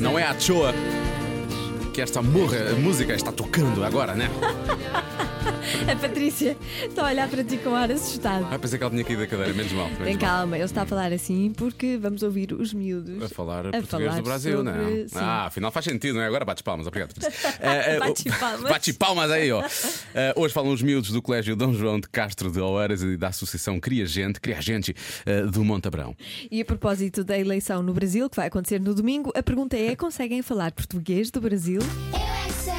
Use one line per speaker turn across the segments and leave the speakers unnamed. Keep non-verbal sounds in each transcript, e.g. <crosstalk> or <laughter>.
Não é à toa que esta morra, música está tocando agora,
<laughs>
né?
A Patrícia está a olhar para ti com ar assustado.
Ah, pensei que ela tinha caído da cadeira, menos mal. menos
Tem
mal.
calma, ele está a falar assim porque vamos ouvir os miúdos
A falar
a
português
falar
do Brasil, não
sobre-
é?
sim.
Ah, afinal faz sentido, não é? Agora bate palmas, obrigado.
<laughs>
Patrícia. Eh, eh,
Bate
o-
palmas.
<laughs> bate palmas aí, ó. Eh, hoje falam os miúdos do Colégio Dom João de Castro de Oeiras e da Associação Cria Gente, Cria Gente eh, do Monte Abrão.
E a propósito da eleição no Brasil, que vai acontecer no domingo, a pergunta é: conseguem falar português do Brasil?
Eu é que sei.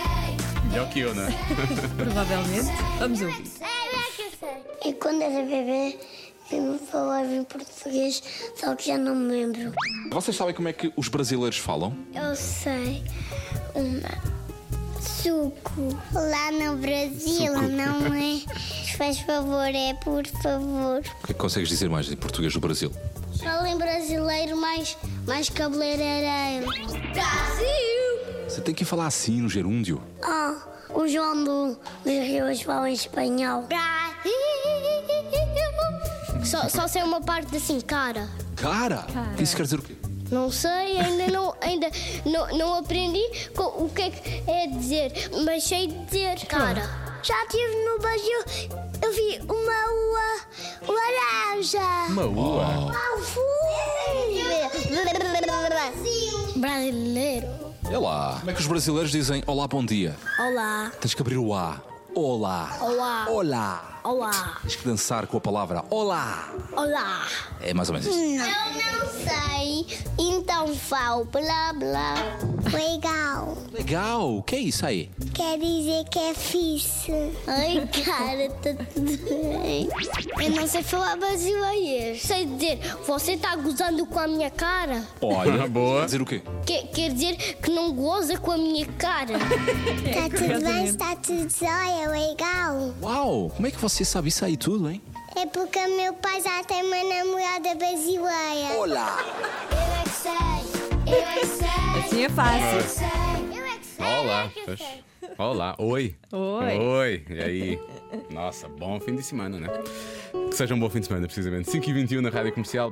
Melhor que <laughs> eu, não é?
Provavelmente. Vamos
Eu é
ouvir.
que sei, eu é que sei.
Eu quando era bebê eu falava em português, só que já não me lembro.
Vocês sabem como é que os brasileiros falam?
Eu sei uma suco.
Lá no Brasil não é.
<laughs> Faz favor, é por favor.
O que é que consegues dizer mais em português do Brasil?
Fala em brasileiro mais, mais cabeleireiro.
Brasil!
Você tem que falar assim no gerúndio.
Ah, o João do, dos Rios fala em espanhol.
Brasil!
Só, só sei uma parte assim, cara.
Cara, isso quer dizer o quê?
Não sei, ainda não, ainda não, não aprendi co- o que é, que é dizer, mas sei dizer. Cara, já estive no Brasil, eu vi uma ua laranja.
Uma ua.
Brasileiro.
É lá. Como é que os brasileiros dizem olá, bom dia?
Olá,
Tens que abrir o A. Olá.
Olá.
Olá.
olá,
Tens que dançar com a palavra olá.
olá.
É mais ou menos isso.
Eu não sei, então falo blá blá. Legal.
Legal. O que é isso aí?
Quer dizer que é fixe. Ai, cara, tá tudo bem. Eu não sei falar brasileiro. Sei dizer, você tá gozando com a minha cara?
<laughs> Olha.
Boa.
Quer dizer o quê?
Que- quer dizer que não goza com a minha cara? tá tudo bem, está tudo jóia, legal.
Uau. Como é que você sabe isso aí tudo, hein?
É porque meu pai já tem uma namorada brasileira.
Olá.
Eu é que sei, eu é que sei.
Sim, é fácil.
Eu é que sei.
Olá. Pois. Olá. Oi.
Oi.
Oi. E aí? Nossa, bom fim de semana, né? Que seja um bom fim de semana, precisamente. 5h21 na Rádio Comercial.